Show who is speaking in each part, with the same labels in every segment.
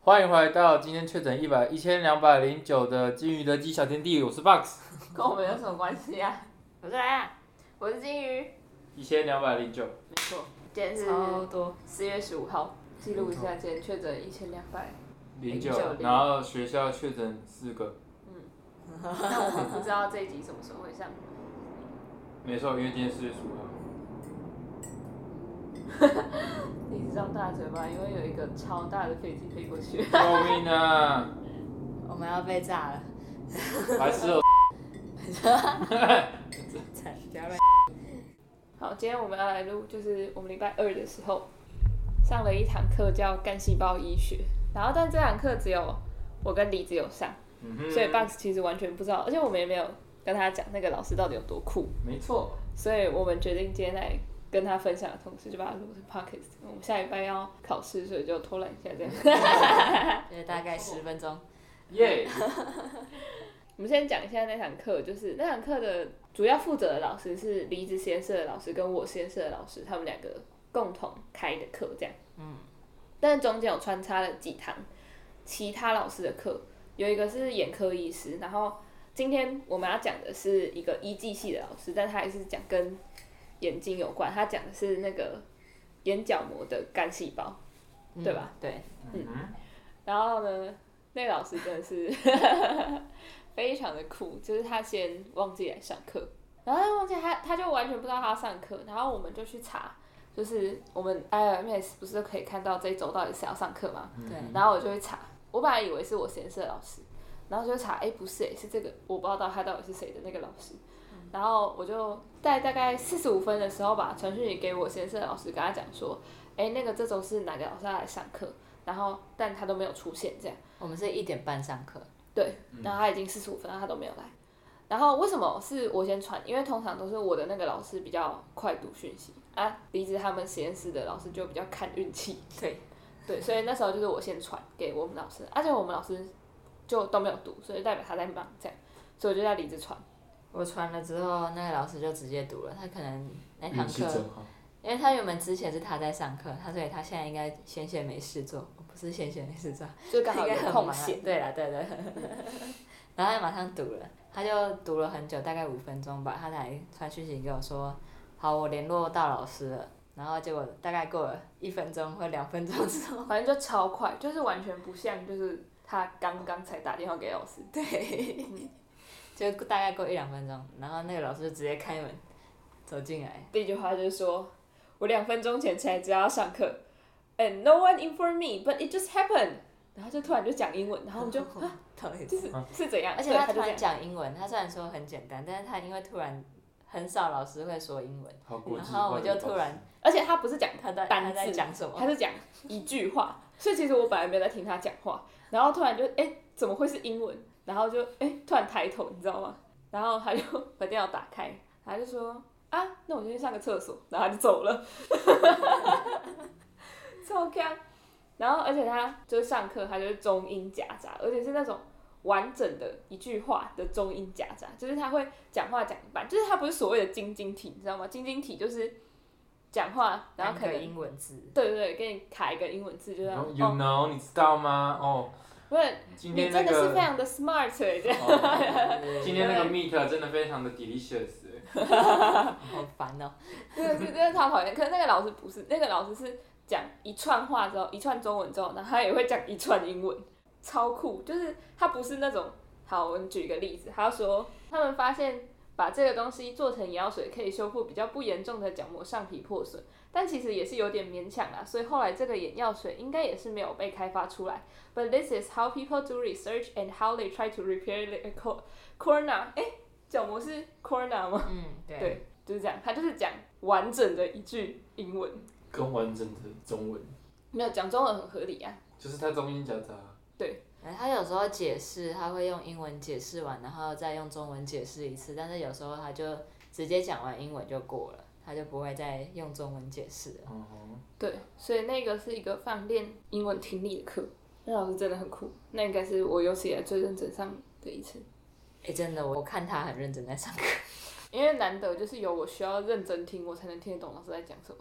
Speaker 1: 欢迎回到今天确诊一百一千两百零九的金鱼的鸡小天地，我是 Box，
Speaker 2: 跟我们有什么关系啊？
Speaker 3: 我是莱雅，
Speaker 2: 我是金鱼，
Speaker 1: 一千两百零九，
Speaker 2: 没错，今天是
Speaker 3: 超多，
Speaker 2: 四月十五号，记录一下今天确诊一千两百，
Speaker 1: 零九
Speaker 2: 09，
Speaker 1: 然后学校确诊四个，
Speaker 2: 但我们不知道这一集什么时候会上。
Speaker 1: 没错，因为今天四月十五号，
Speaker 2: 你知道大嘴巴，因为有一个超大的飞机飞过去。
Speaker 1: 救命啊！
Speaker 3: 我们要被炸了，
Speaker 1: 白痴哦，
Speaker 3: 惨，不要乱。
Speaker 2: 好，今天我们要来录，就是我们礼拜二的时候上了一堂课叫干细胞医学，然后但这堂课只有我跟李子有上，
Speaker 1: 嗯哼，
Speaker 2: 所以 Box 其实完全不知道，而且我们也没有跟他讲那个老师到底有多酷。
Speaker 1: 没错，
Speaker 2: 所以我们决定今天来跟他分享的同时，就把它录成 podcast。我们下礼拜要考试，所以就偷懒一下这样。
Speaker 3: 就是大概十分钟，
Speaker 1: 耶，
Speaker 2: 我们先讲一下那堂课，就是那堂课的主要负责的老师是离职实验室的老师跟我实验室的老师，他们两个共同开的课这样。嗯，但中间有穿插了几堂其他老师的课，有一个是眼科医师，然后今天我们要讲的是一个医技系的老师，但他也是讲跟眼睛有关，他讲的是那个眼角膜的干细胞，
Speaker 3: 嗯
Speaker 2: 对吧？
Speaker 3: 对，
Speaker 1: 嗯哼，
Speaker 2: 然后呢，那老师真的是 非常的酷，就是他先忘记来上课，然后他忘记他他就完全不知道他要上课，然后我们就去查，就是我们哎 IMS 不是都可以看到这一周到底谁要上课吗？
Speaker 3: 对
Speaker 1: 嗯哼
Speaker 2: 然后我就会查，我本来以为是我实验室的老师，然后就查，哎，不是，哎，是这个，我不知道他到底是谁的那个老师。
Speaker 1: 嗯
Speaker 2: 然后我就在大概四十五分的时候吧，传讯息给我实验室的老师，跟他讲说，哎，那个这周是哪个老师要来上课，然后但他都没有出现，这样。
Speaker 3: 我们是一点半上课，
Speaker 2: 对，
Speaker 3: 嗯
Speaker 2: 然后他已经四十五分了，他都没有来。然后为什么是我先传？因为通常都是我的那个老师比较快读讯息啊，离职他们实验室的老师就比较看运气。
Speaker 3: 对，
Speaker 2: 对，所以那时候就是我先传给我们老师，而且我们老师就都没有读，所以代表他在忙这样，所以我就在离职传。
Speaker 3: 我传了之后，那个老师就直接读了，他可能那堂
Speaker 1: 运气
Speaker 3: 课，
Speaker 1: 真好，
Speaker 3: 因为他原本之前是他在上课，他所以他现在应该闲闲没事做，不是闲闲没事 做，
Speaker 2: 就刚好有
Speaker 3: 应该很忙
Speaker 2: 空
Speaker 3: 啊
Speaker 2: 闲。
Speaker 3: 对啦，对 对。然后他马上读了，他就读了很久，大概五分钟吧，他才传讯息给我说，好，我联络到老师了。然后结果大概过了一分钟或两分钟之后，
Speaker 2: 反正就超快，就是完全不像就是他刚刚才打电话给老师。
Speaker 3: 对，就大概过一两分钟，然后那个老师就直接开门走进来，
Speaker 2: 第一句话就是说，我两分钟前才知道要上课，and no one informed me, but it just happened。然后就突然就讲英文，然后我们就 啊
Speaker 3: 到底
Speaker 2: 就是是是怎样？
Speaker 3: 而且
Speaker 2: 对
Speaker 3: 他
Speaker 2: 就
Speaker 3: 突
Speaker 2: 这
Speaker 3: 然
Speaker 2: 样，
Speaker 3: 讲英文，他虽然说很简单，但是他因为突然很少老师会说英文，
Speaker 1: 好国际
Speaker 3: 然后
Speaker 1: 化
Speaker 3: 我
Speaker 1: 的
Speaker 3: 就
Speaker 1: 老师
Speaker 3: 突然
Speaker 2: 而且他不是讲
Speaker 3: 他在
Speaker 2: 单
Speaker 3: 他在
Speaker 2: 字
Speaker 3: 讲什么，
Speaker 2: 他是讲一句话，所以其实我本来没有在听他讲话，然后突然就哎、诶怎么会是英文？然后就哎、诶突然抬头，你知道吗？然后他就把电脑打开，他就说啊，那我先去上个厕所，然后他就走了， 超强。然后而且他就是上课，他就是中英夹杂，而且是那种完整的一句话的中英夹杂，就是他会讲话讲一半，就是他不是所谓的晶晶体，你知道吗？晶晶体就是讲话，然后
Speaker 3: 单
Speaker 2: 可
Speaker 3: 个
Speaker 2: 能
Speaker 3: 英文字，
Speaker 2: 对对对，给你卡一个英文字，就这
Speaker 1: 然
Speaker 2: 样
Speaker 1: 后，You
Speaker 2: 哦，
Speaker 1: know，你知道吗？哦，
Speaker 2: 不是，
Speaker 1: 今
Speaker 2: 你
Speaker 1: 天
Speaker 2: 真
Speaker 1: 那
Speaker 2: 的是非
Speaker 1: 个，
Speaker 2: 常的 smart 欸这样
Speaker 1: 哦今
Speaker 3: 今
Speaker 1: 天那个
Speaker 2: 对
Speaker 1: meet 啊真的非常的 delicious，哎
Speaker 3: 好烦哦，
Speaker 2: 对对 对，真的超讨厌。可是那个老师不是，那个老师是讲一串话之后，一串中文之后，然后他也会讲一串英文，超酷。就是他不是那种，好，我们举一个例子，他说他们发现把这个东西做成眼药水可以修复比较不严重的角膜上皮破损，但其实也是有点勉强啦。所以后来这个眼药水应该也是没有被开发出来。But this is how people do research and how they try to repair their co- cornea。哎，角膜是 cornea 吗？
Speaker 3: 嗯，对，
Speaker 2: 对就是这样，他就是讲完整的一句英文，
Speaker 1: 跟完整的中文，
Speaker 2: 没有讲中文很合理啊。
Speaker 1: 就是它中英夹杂，
Speaker 3: 然后他有时候解释，他会用英文解释完，然后再用中文解释一次，但是有时候他就直接讲完英文就过了，他就不会再用中文解释了。
Speaker 1: 嗯哼，
Speaker 2: 对，所以那个是一个放练英文听力的课，那老师真的很酷，那应该是我有史以来最认真上的一次，
Speaker 3: 哎，真的，我我看他很认真在上课，
Speaker 2: 因为难得就是有我需要认真听，我才能听得 懂老师在讲什么。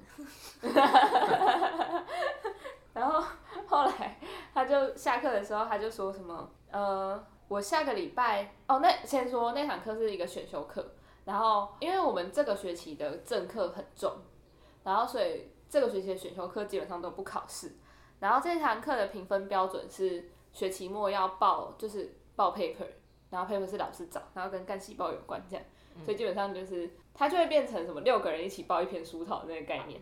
Speaker 2: 然后后来他就下课的时候他就说什么，呃，我下个礼拜哦，那先说那堂课是一个选修课，然后因为我们这个学期的正课很重，然后所以这个学期的选修课基本上都不考试，然后这堂课的评分标准是学期末要报就是报 paper，然后 paper 是老师找，然后跟干细胞有关这样，所以基本上就是它就会变成什么六个人一起报一篇书套那个概念。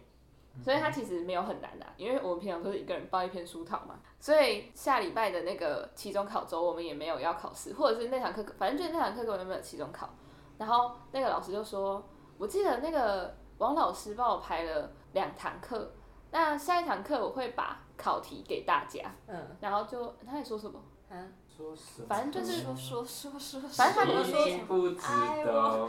Speaker 2: 所以它其实没有很难啊，因为我们平常都是一个人报一篇书套嘛，所以下礼拜的那个期中考周我们也没有要考试，或者是那堂课，反正就是那堂课根本就没有期中考。然后那个老师就说，我记得那个王老师帮我排了两堂课，那下一堂课我会把考题给大家，
Speaker 3: 嗯
Speaker 2: 然后就他还说什么，
Speaker 3: 啊，
Speaker 1: 说什么？
Speaker 2: 反正就是
Speaker 3: 说说说说，
Speaker 2: 反正他不是说什
Speaker 1: 你不值得。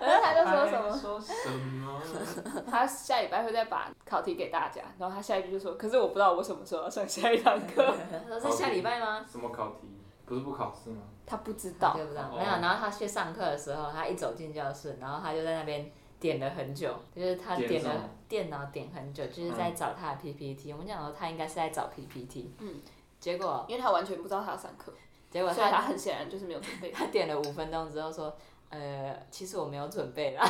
Speaker 2: 反正哎他就说什么。
Speaker 1: 说什么？
Speaker 2: 他下礼拜会再把考题给大家，然后他下一句就说：“可是我不知道我什么时候要上下一堂课。
Speaker 3: 说是下礼拜吗？
Speaker 1: 什么考题？不是不考试吗？”
Speaker 2: 他不知道
Speaker 3: 对，不知道，
Speaker 1: 哦
Speaker 3: 没有。然后他去上课的时候，他一走进教室，然后他就在那边点了很久，就是他
Speaker 1: 点
Speaker 3: 点
Speaker 1: 什么
Speaker 3: 了电脑点很久，就是在找他的 PPT。我们讲说他应该是在找 PPT，
Speaker 2: 嗯，
Speaker 3: 结果
Speaker 2: 因为他完全不知道他要上课，
Speaker 3: 结果
Speaker 2: 所以他
Speaker 3: 他
Speaker 2: 很显然就是没有准备。
Speaker 3: 他点了五分钟之后说，呃，其实我没有准备啦。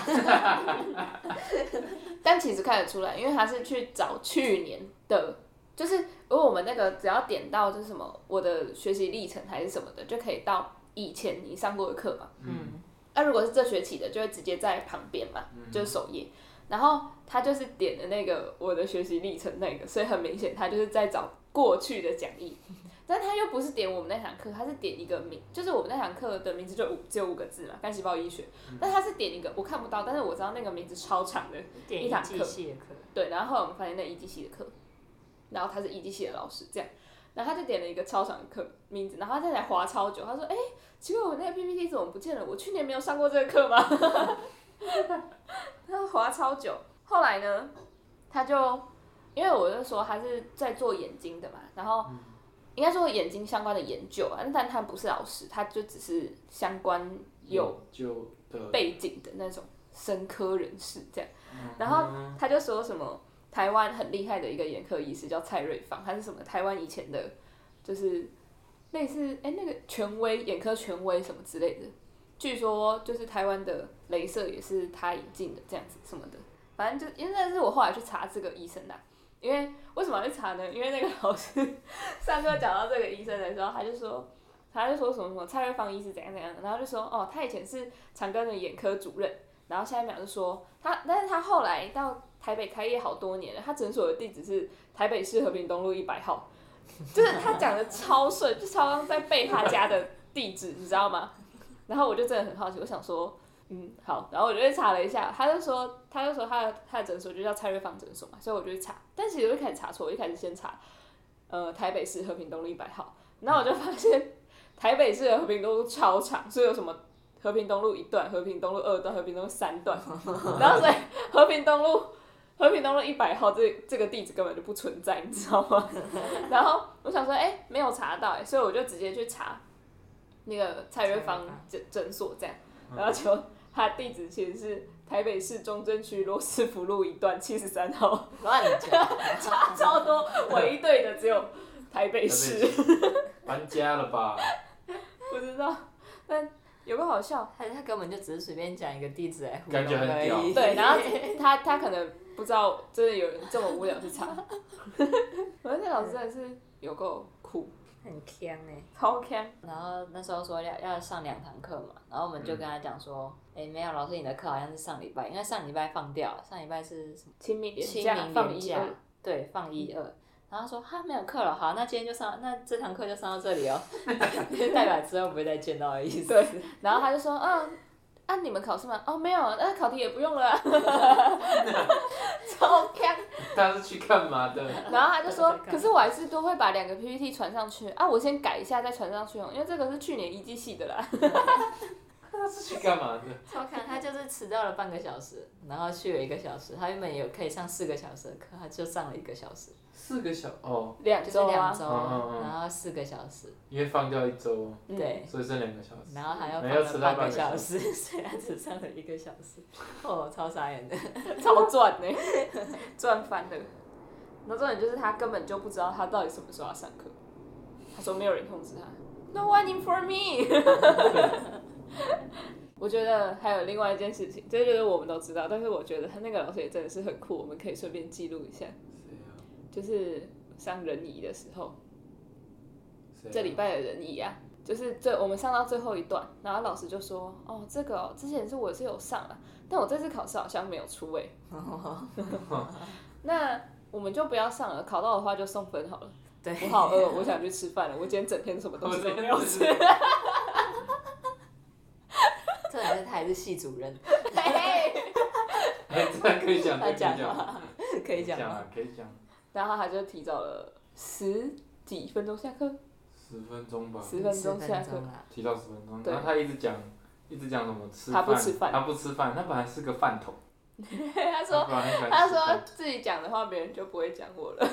Speaker 2: 但其实看得出来，因为他是去找去年的，就是如果我们那个只要点到就是什么我的学习历程还是什么的，就可以到以前你上过的课嘛。
Speaker 1: 嗯，
Speaker 2: 那、如果是这学期的，就会直接在旁边嘛，
Speaker 1: 嗯
Speaker 2: 就是首页。然后他就是点的那个我的学习历程那个，所以很明显他就是在找过去的讲义，但他又不是点我们那堂课，他是点一个名，就是我们那堂课的名字就五只有五个字嘛，干细胞医学。但他是点一个我看不到，但是我知道那个名字超长的，一堂课
Speaker 3: 系的课，
Speaker 2: 对，然后后来我们发现那一 g 系的课，然后他是一 g 系的老师，这样，然后他就点了一个超长的课名字，然后他在那划超久，他说：“哎、奇怪，我那个 PPT 怎么不见了？我去年没有上过这个课吗？” 他划超久，后来呢，他就因为我就说他是在做眼睛的嘛，然后应该说眼睛相关的研究啊，但他不是老师，他就只是相关有
Speaker 1: 就的
Speaker 2: 背景的那种生科人士这样。
Speaker 1: 嗯
Speaker 2: 然后他就说什么台湾很厉害的一个眼科医师叫蔡瑞芳，他是什么台湾以前的，就是类似哎、那个权威眼科权威什么之类的，据说就是台湾的镭射也是他引进的这样子什么的，反正就因为那是我后来去查这个医生啦、因为为什么要去查呢？因为那个老师上课讲到这个医生的时候，他就说，他就说什么什么蔡瑞芳医师怎样怎样，然后就说哦，他以前是长庚的眼科主任，然后下一秒就说他，但是他后来到台北开业好多年了，他诊所的地址是台北市和平东路一百号，就是他讲的超顺，就超像在背他家的地址，你知道吗？然后我就真的很好奇，我想说，嗯，好，然后我就去查了一下，他就说，他就说他的他的诊所就叫蔡瑞芳诊所嘛，所以我就去查，但其实我一开始查错，我一开始先查，呃，台北市和平东路一百号，然后我就发现台北市的和平东路超长，所以有什么和平东路一段、和平东路二段、和平东路三段，然后所以和平东路和平东路一百号这这个地址根本就不存在，你知道吗？ 然后我想说，哎、没有查到、哎，所以我就直接去查那个蔡瑞芳
Speaker 3: 蔡瑞芳嗯
Speaker 2: 诊诊所这样，然后就他地址其实是台北市中正区罗斯福路一段七十三号，
Speaker 3: 乱讲，
Speaker 2: 差 超多，唯一对的只有台北市。
Speaker 1: 搬家了吧？
Speaker 2: 不知道，但有个好 笑。
Speaker 3: 他他根本就只是随便讲一个地址来糊弄
Speaker 1: 感觉很
Speaker 3: 而已。
Speaker 1: 屌
Speaker 2: 对，然后他他可能不知道，真的有人这么无聊去查。 我觉得那老师真的是有够酷，
Speaker 3: 很坑哎。
Speaker 2: 超 can。
Speaker 3: 然后那时候说要要上两堂课嘛，然后我们
Speaker 2: 嗯
Speaker 3: 就跟他讲说，哎、没有，老师你的课好像是上礼拜，因为上礼拜放掉，上礼拜是什么
Speaker 2: 清明
Speaker 3: 清
Speaker 2: 连假
Speaker 3: 明
Speaker 2: 放
Speaker 3: 年
Speaker 2: 一
Speaker 3: 假
Speaker 2: 二，，嗯
Speaker 3: 对，放一二。然后他说哈没有课了，好，那今天就上，那这堂课就上到这 里哦，就代表之后不会再见到的意思。
Speaker 2: 对，然后他就说，嗯，啊你们考试吗？哦没有，那考题也不用了 啊、超 can。
Speaker 1: 他是去干嘛的？
Speaker 2: 然后他就说
Speaker 3: 在，干嘛
Speaker 2: 可是我还是都会把两个 PPT 传上去啊，我先改一下再传上去哦，因为这个是去年一季系的啦。
Speaker 1: 他是去干嘛的？
Speaker 3: 超看他就是迟到了半个小时，然后去了一个小时，他原本有可以上四个小时的课，他就上了一个小时，
Speaker 1: 四个小哦，
Speaker 2: 两
Speaker 3: 就是
Speaker 2: 周
Speaker 3: 两
Speaker 2: 啊，
Speaker 3: 周，
Speaker 1: 嗯嗯嗯
Speaker 3: 然后四个小时，
Speaker 1: 因为放掉一周，
Speaker 2: 嗯
Speaker 3: 对。
Speaker 1: 所以剩两个小时。
Speaker 3: 然后还要
Speaker 1: 没有迟
Speaker 3: 放
Speaker 1: 到
Speaker 3: 了
Speaker 1: 半
Speaker 3: 半
Speaker 1: 个
Speaker 3: 个
Speaker 1: 小
Speaker 3: 小时， 所以他只上了一 个小时，哦，超傻眼的。
Speaker 2: 超赚呢、赚翻了。然后重点就是他根本就不知道他到底什么时候要上课。他说没有人通知他，No one inform me 。我觉得还有另外一件事情，这就是我们都知道，但是我觉得他那个老师也真的是很酷，我们可以顺便记录一下。
Speaker 1: 谁啊？
Speaker 2: 就是上人仪的时候，
Speaker 1: 谁啊
Speaker 2: 这礼拜的人仪啊，就是最我们上到最后一段，然后老师就说：“哦，这个、哦、之前是我是有上啊，但我这次考试好像没有出位，那我们就不要上了，考到的话就送分好了。”
Speaker 3: 对，
Speaker 2: 我好饿，我想去吃饭了。 我今天整天什么东西都没有吃。
Speaker 3: 重点是他还是系主任，
Speaker 1: 哎， 这样可以讲，
Speaker 3: 他
Speaker 1: 这样
Speaker 3: 讲
Speaker 1: 可以讲，
Speaker 3: 吗？可以讲吗？
Speaker 1: 啊，可以讲，
Speaker 2: 然后他就提早了十几分钟下课，
Speaker 1: 十分钟吧，
Speaker 2: 十分钟下
Speaker 3: 10分
Speaker 2: 课
Speaker 3: 钟。啦，
Speaker 1: 提到十分钟，
Speaker 2: 对
Speaker 1: 然后他一直讲，一直讲什么吃
Speaker 2: 他
Speaker 1: 饭，
Speaker 2: 不吃饭
Speaker 1: 他不吃饭，他本来是个饭桶，
Speaker 2: 他
Speaker 1: 他
Speaker 2: 说
Speaker 1: 本来很喜欢
Speaker 2: 他
Speaker 1: 吃饭
Speaker 2: 说自己讲的话，别人就不会讲我了。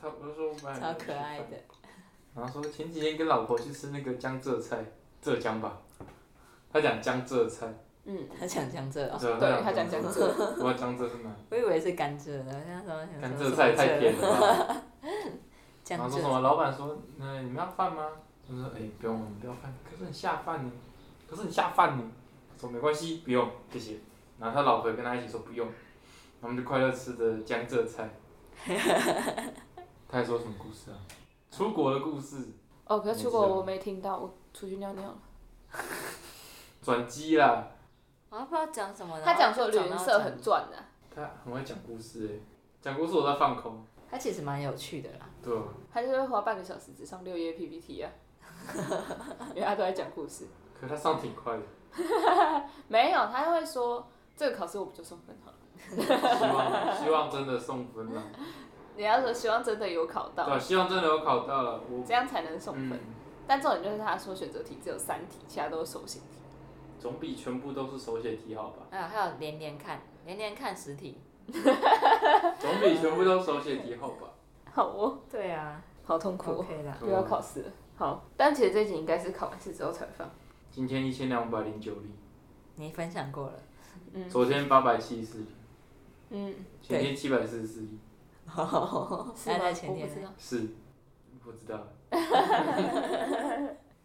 Speaker 1: 他我就说我本来
Speaker 3: 超
Speaker 1: 很喜欢
Speaker 3: 可
Speaker 1: 吃
Speaker 3: 爱
Speaker 1: 饭，
Speaker 3: 的，
Speaker 1: 然后说前几天跟老婆去吃那个江浙菜，浙江吧，他讲江浙菜，
Speaker 2: 嗯，
Speaker 3: 他讲江浙哦，
Speaker 1: 对
Speaker 2: 对他讲江浙，
Speaker 1: 我不知道江浙是哪，
Speaker 3: 我以为是甘蔗的，我想说
Speaker 2: 哎
Speaker 1: 江浙菜太甜，了吧。
Speaker 3: 江
Speaker 1: 然后说什
Speaker 3: 浙
Speaker 1: 么？老板说，那、你们要饭吗？他说，哎、不用，我们不要饭。可是你下饭呢？可是你下饭呢？他说没关系，不用，谢谢。然后他老婆也跟他一起说不用，他们就快乐吃着江浙菜。 他还说什么故事啊？出国的故事，
Speaker 2: 哦，可是出国我没听到，我出去尿尿了。
Speaker 1: 转机啦。
Speaker 3: 我不知道讲什么。
Speaker 2: 他讲说旅行社
Speaker 3: 然后
Speaker 2: 很赚啊的、
Speaker 1: 他很会讲故事诶、欸讲故事我在放空。
Speaker 3: 他其实蛮有趣的啦，
Speaker 1: 对啊，
Speaker 2: 他就是花半个小时只上六页 PPT 啊， 因为他都在讲故事。
Speaker 1: 可他上挺快的，
Speaker 2: 没有，他会说这个考试我不就送分好了。
Speaker 1: 希望希望真的送分了。
Speaker 2: 你要说希望真的有考
Speaker 1: 对
Speaker 2: 到，
Speaker 1: 啊，希望真的有考到了。我
Speaker 2: 这样才能送分。
Speaker 1: 嗯，
Speaker 2: 但重点就是他说选择题只有三题，其他都是手写题。
Speaker 1: 总比全部都是手写题好吧？
Speaker 3: 啊，还有连连看，连连看实体。
Speaker 1: 总比全部都手写题好吧？
Speaker 2: 好哦，
Speaker 3: 对啊
Speaker 2: 好痛苦、哦，
Speaker 3: ，OK 啦，
Speaker 2: 又要考试了。好，但其实这集应该是考完试之后才放。
Speaker 1: 今天一千两百零九例，
Speaker 3: 你分享过了，
Speaker 2: 嗯
Speaker 1: 昨天八百七十例，
Speaker 2: 嗯，
Speaker 1: 前天七百四十四例，
Speaker 2: 是
Speaker 3: 那
Speaker 2: 吗？
Speaker 3: 在前
Speaker 2: 我不
Speaker 3: 天
Speaker 2: 知
Speaker 3: 呢
Speaker 2: 道。
Speaker 1: 是不知道。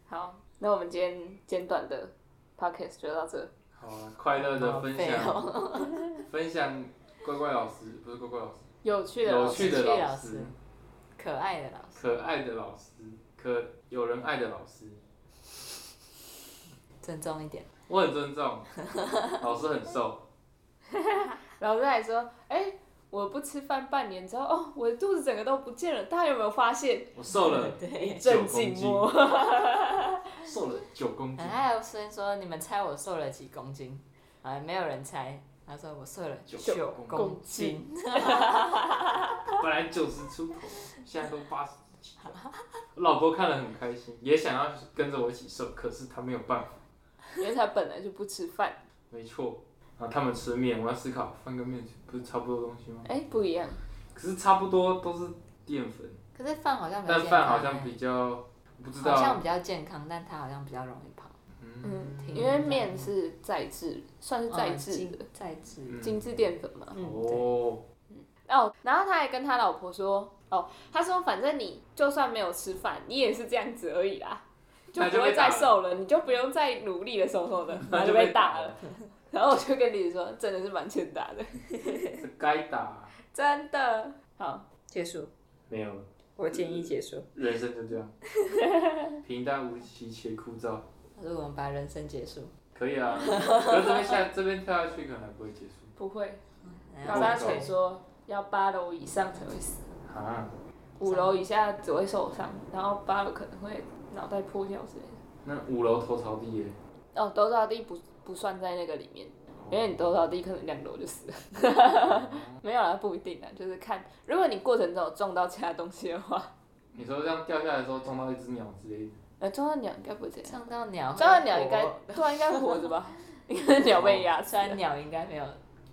Speaker 2: 好，那我们今天简短的 podcast 就到这。
Speaker 1: 好啊，快乐的分
Speaker 3: 好
Speaker 1: 享， 分享乖乖老师不是乖乖老师，
Speaker 2: 有趣的
Speaker 1: 有
Speaker 2: 老
Speaker 1: 趣
Speaker 2: 师，
Speaker 1: 的
Speaker 3: 有趣的老
Speaker 1: 老
Speaker 3: 师
Speaker 1: 师，
Speaker 3: 可爱的老师，
Speaker 1: 可爱的老师，可有人爱的老师，
Speaker 3: 尊重一点。
Speaker 1: 我很尊重，老师很瘦，
Speaker 2: 老师还说，哎、我不吃饭半年之后，哦，我的肚子整个都不见了，大家有没有发现？哦
Speaker 1: 我瘦了
Speaker 3: 对，
Speaker 1: 九
Speaker 2: 正
Speaker 1: 公
Speaker 2: 静
Speaker 1: 斤，
Speaker 2: 默。
Speaker 1: 瘦了九公斤
Speaker 3: 然后，还有孙说：“你们猜我瘦了几公斤？”啊，没有人猜。他说：“我瘦了
Speaker 1: 九
Speaker 3: 九
Speaker 1: 公
Speaker 3: 公斤。
Speaker 1: 本来九十出头，现在都八十几了。我老婆看了很开心，也想要跟着我一起瘦，可是她没有办法。
Speaker 2: 因为他本来就不吃饭，
Speaker 1: 没错，啊，他们吃面，我要思考饭跟面不是差不多东西吗？
Speaker 2: 哎、不一样。
Speaker 1: 可是差不多都是淀粉，”
Speaker 3: 可是饭好像比较
Speaker 1: 但
Speaker 3: 健康欸，
Speaker 1: 饭好像比较不知
Speaker 3: 好
Speaker 1: 道，
Speaker 3: 像比较健康，但它好像比较容易胖。
Speaker 2: 嗯
Speaker 3: 挺，
Speaker 2: 因为面是再制，算是再制
Speaker 3: 精
Speaker 2: 的、
Speaker 3: 嗯再制，
Speaker 1: 嗯
Speaker 2: 精致淀粉嘛。
Speaker 3: 嗯
Speaker 1: 哦，
Speaker 2: 哦，然后他还跟他老婆说，哦，他说反正你就算没有吃饭，你也是这样子而已啦，就
Speaker 1: 那就
Speaker 2: 不会
Speaker 1: 被打
Speaker 2: 再
Speaker 1: 了
Speaker 2: 瘦了，你就不用再努力了，什么什么的，
Speaker 1: 那
Speaker 2: 然后
Speaker 1: 就
Speaker 2: 就
Speaker 1: 被
Speaker 2: 被
Speaker 1: 打
Speaker 2: 打
Speaker 1: 了
Speaker 2: 了。然后我就跟你说，真的是蛮欠打的，
Speaker 1: 这该打，
Speaker 2: 真的。好，
Speaker 3: 结束。
Speaker 1: 没有了，
Speaker 3: 我建议结束。
Speaker 1: 人生就这样，平淡无奇且枯燥，
Speaker 3: 他说：“我们把人生结束。
Speaker 1: 可以啊。可是这边下这边跳下去可能还不会结束
Speaker 2: 不会，”
Speaker 3: 然
Speaker 2: 高
Speaker 3: 后
Speaker 1: 那
Speaker 2: 大锤说要八楼以上才会死，
Speaker 1: 啊。
Speaker 2: 五楼以下只会受伤，然后八楼可能会脑袋破掉之类的。
Speaker 1: 那五楼头朝地耶，
Speaker 2: 哦，斗到地不不算在那个里面，因
Speaker 1: 哦
Speaker 2: 为你斗到地可能两楼就死了。 没有啦，不一定啦，就是看，如果你过程中有撞到其他东西的话，
Speaker 1: 你说这样掉下来的时候撞到一只鸟之类的，
Speaker 2: 呃，撞到鸟应该不会这样，
Speaker 3: 撞到鸟，哦
Speaker 2: 撞到鸟应该，突然应该活着吧， 因为鸟被压
Speaker 3: 虽然
Speaker 2: 穿。
Speaker 3: 鸟应该没有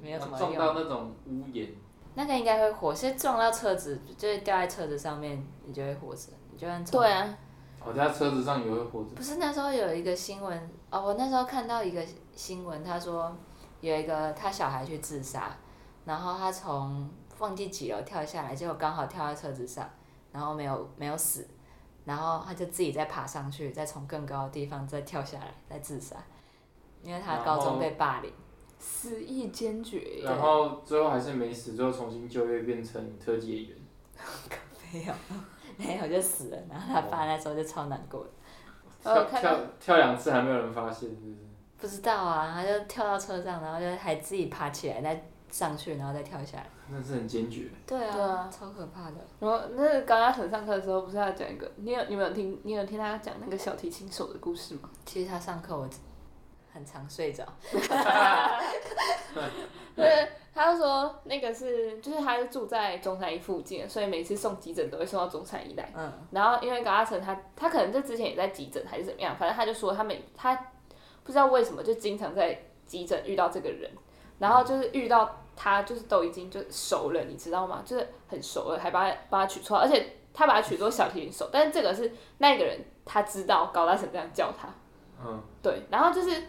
Speaker 3: 没有什么
Speaker 1: 哦撞到
Speaker 3: 用，
Speaker 1: 那种屋檐，
Speaker 3: 那个应该会活。是撞到车子，就是掉在车子上面，你就会活着，你就算从
Speaker 2: 对啊，
Speaker 1: 我在哦车子上也会活着。
Speaker 3: 不是那时候有一个新闻哦，我那时候看到一个新闻，他说有一个他小孩去自杀，然后他从忘记几楼跳下来，结果刚好跳在车子上，然后没有没有死，然后他就自己再爬上去，再从更高的地方再跳下来，再自杀，因为他
Speaker 1: 然后
Speaker 3: 高中被霸凌，
Speaker 2: 死意坚决耶。
Speaker 1: 然后最后还是没死，最后重新就业变成特技演员。
Speaker 3: 没有没有就死了，然后他爸那时候就超难过的，
Speaker 1: 跳
Speaker 2: 呃看到
Speaker 1: 跳跳两次还没有人发现，是不是？
Speaker 3: 不知道啊，他就跳到车上，然后就还自己爬起来，再上去，然后再跳下来，
Speaker 1: 那是很坚决。
Speaker 3: 对
Speaker 2: 对啊
Speaker 3: 超可怕的，
Speaker 2: 然后那高嘉诚上课的时候，不是要讲一个，你有你们有听你有听他讲那个小提琴手的故事吗？
Speaker 3: 其实他上课我很常睡着，
Speaker 2: 对，他就说那个是就是他是住在中山医附近的，所以每次送急诊都会送到中山医来。
Speaker 3: 嗯。
Speaker 2: 然后因为高嘉诚他他可能这之前也在急诊还是怎么样，反正他就说他每他不知道为什么就经常在急诊遇到这个人，然后就是遇到他就是都已经就熟了，你知道吗？就是很熟了，还把他把他取绰号，而且他把他取作小提琴手，但是这个是那个人他知道高大成这样叫他，
Speaker 1: 嗯，
Speaker 2: 对，然后就是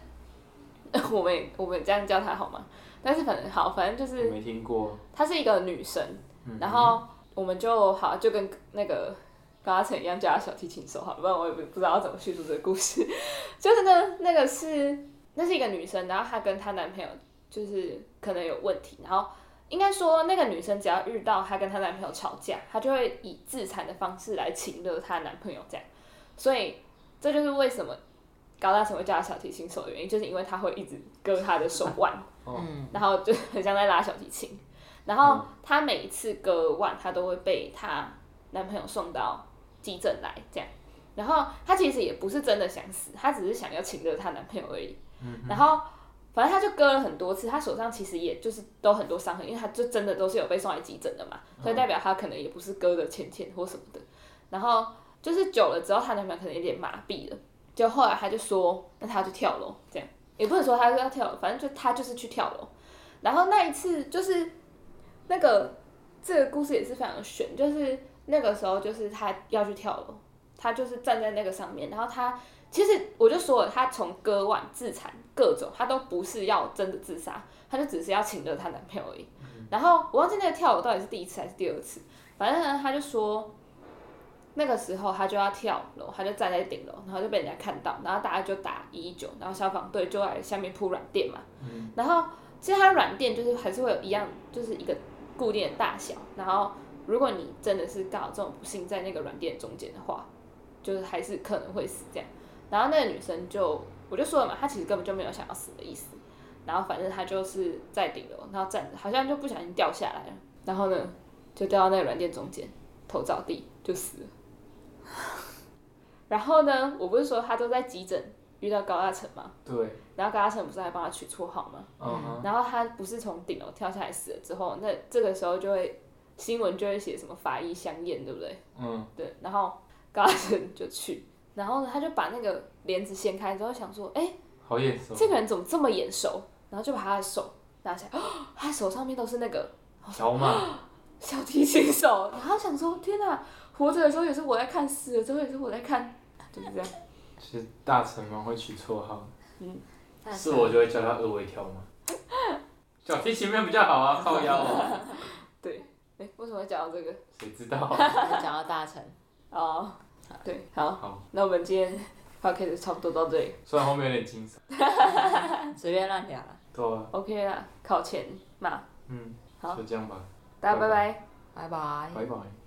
Speaker 2: 我们也我们也这样叫他好吗？但是反正好，反正就
Speaker 1: 我
Speaker 2: 是
Speaker 1: 没听过。
Speaker 2: 她是一个女生，
Speaker 1: 嗯
Speaker 2: 然后我们就好就跟那个高嘉诚一样叫她小提琴手好了，不然我也不不知道怎么叙述这个故事。就是呢， 那个是那是一个女生，然后她跟她男朋友就是可能有问题，然后应该说那个女生只要遇到她跟她男朋友吵架，她就会以自残的方式来请乐她男朋友这样，所以这就是为什么。高大成会叫她小提琴手的原因，就是因为她会一直割她的手腕，
Speaker 1: 哦，
Speaker 2: 然后就很像在拉小提琴。然后她每一次割腕，她都会被她男朋友送到急诊来这样。然后她其实也不是真的想死，她只是想要请着她男朋友而已。然后反正她就割了很多次，她手上其实也就是都很多伤痕，因为她就真的都是有被送来急诊的嘛，所以代表她可能也不是割的浅浅或什么的。然后就是久了之后，她男朋友可能有点麻痹了，就后来她就说，那她就跳楼这样。也不能说她要跳楼，反正就她就是去跳楼，然后那一次就是那个这个故事也是非常悬，就是那个时候就是他要去跳楼，他就是站在那个上面，然后他其实我就说了，他从割腕、自残各种，他都不是要真的自杀，他就只是要请了她男朋友而已。然后我忘记那个跳楼到底是第一次还是第二次，反正呢他就说。那个时候他就要跳楼，他就站在顶楼，然后就被人家看到，然后大家就打一一九，然后消防队就来下面铺软垫嘛，
Speaker 1: 嗯
Speaker 2: 然后其实它软垫就是还是会有一样，就是一个固定的大小。然后如果你真的是刚好这种不幸在那个软垫中间的话，就是还是可能会死这样。然后那个女生就我就说了嘛，她其实根本就没有想要死的意思。然后反正她就是在顶楼，然后站着，好像就不小心掉下来了。然后呢，就掉到那个软垫中间，头着地就死了。然后呢，我不是说她都在急诊遇到高大成吗？
Speaker 1: 对，
Speaker 2: 然后高大成不是还帮她取绰号吗？
Speaker 1: 嗯哼，
Speaker 2: 然后他不是从顶楼跳下来死了之后，那这个时候就会新闻就会写什么法医相验，对不对？
Speaker 1: 嗯，
Speaker 2: 对，然后高大成就去，然后呢他就把那个帘子掀开之后，想说，哎、
Speaker 1: 好眼熟。
Speaker 2: 这个人怎么这么眼熟？然后就把他的手拿起来，哦他手上面都是那个
Speaker 1: 小马，
Speaker 2: 小提琴手，然后想说，天哪、活着的时候也是我在看，死了之后也是我在看，就是这样。
Speaker 1: 其实大成蛮会取绰号，
Speaker 3: 但
Speaker 1: 是我就会叫他二维跳嘛。小提琴面比较好啊，靠腰 啊，
Speaker 2: 对，哎、为什么会讲到这个？
Speaker 1: 谁知道啊？
Speaker 3: 讲到大成，
Speaker 2: 哦，对，好，
Speaker 1: 好，
Speaker 2: 那我们今天 podcast 差不多到这里。
Speaker 1: 虽然后面有点惊悚。
Speaker 3: 随便乱聊了，
Speaker 1: 对啊，
Speaker 2: OK 啦，考前嘛，
Speaker 1: 嗯，
Speaker 2: 好哎
Speaker 1: 就这样吧，
Speaker 2: 大家
Speaker 1: 拜
Speaker 2: 拜拜。
Speaker 3: 拜拜。
Speaker 1: 拜拜。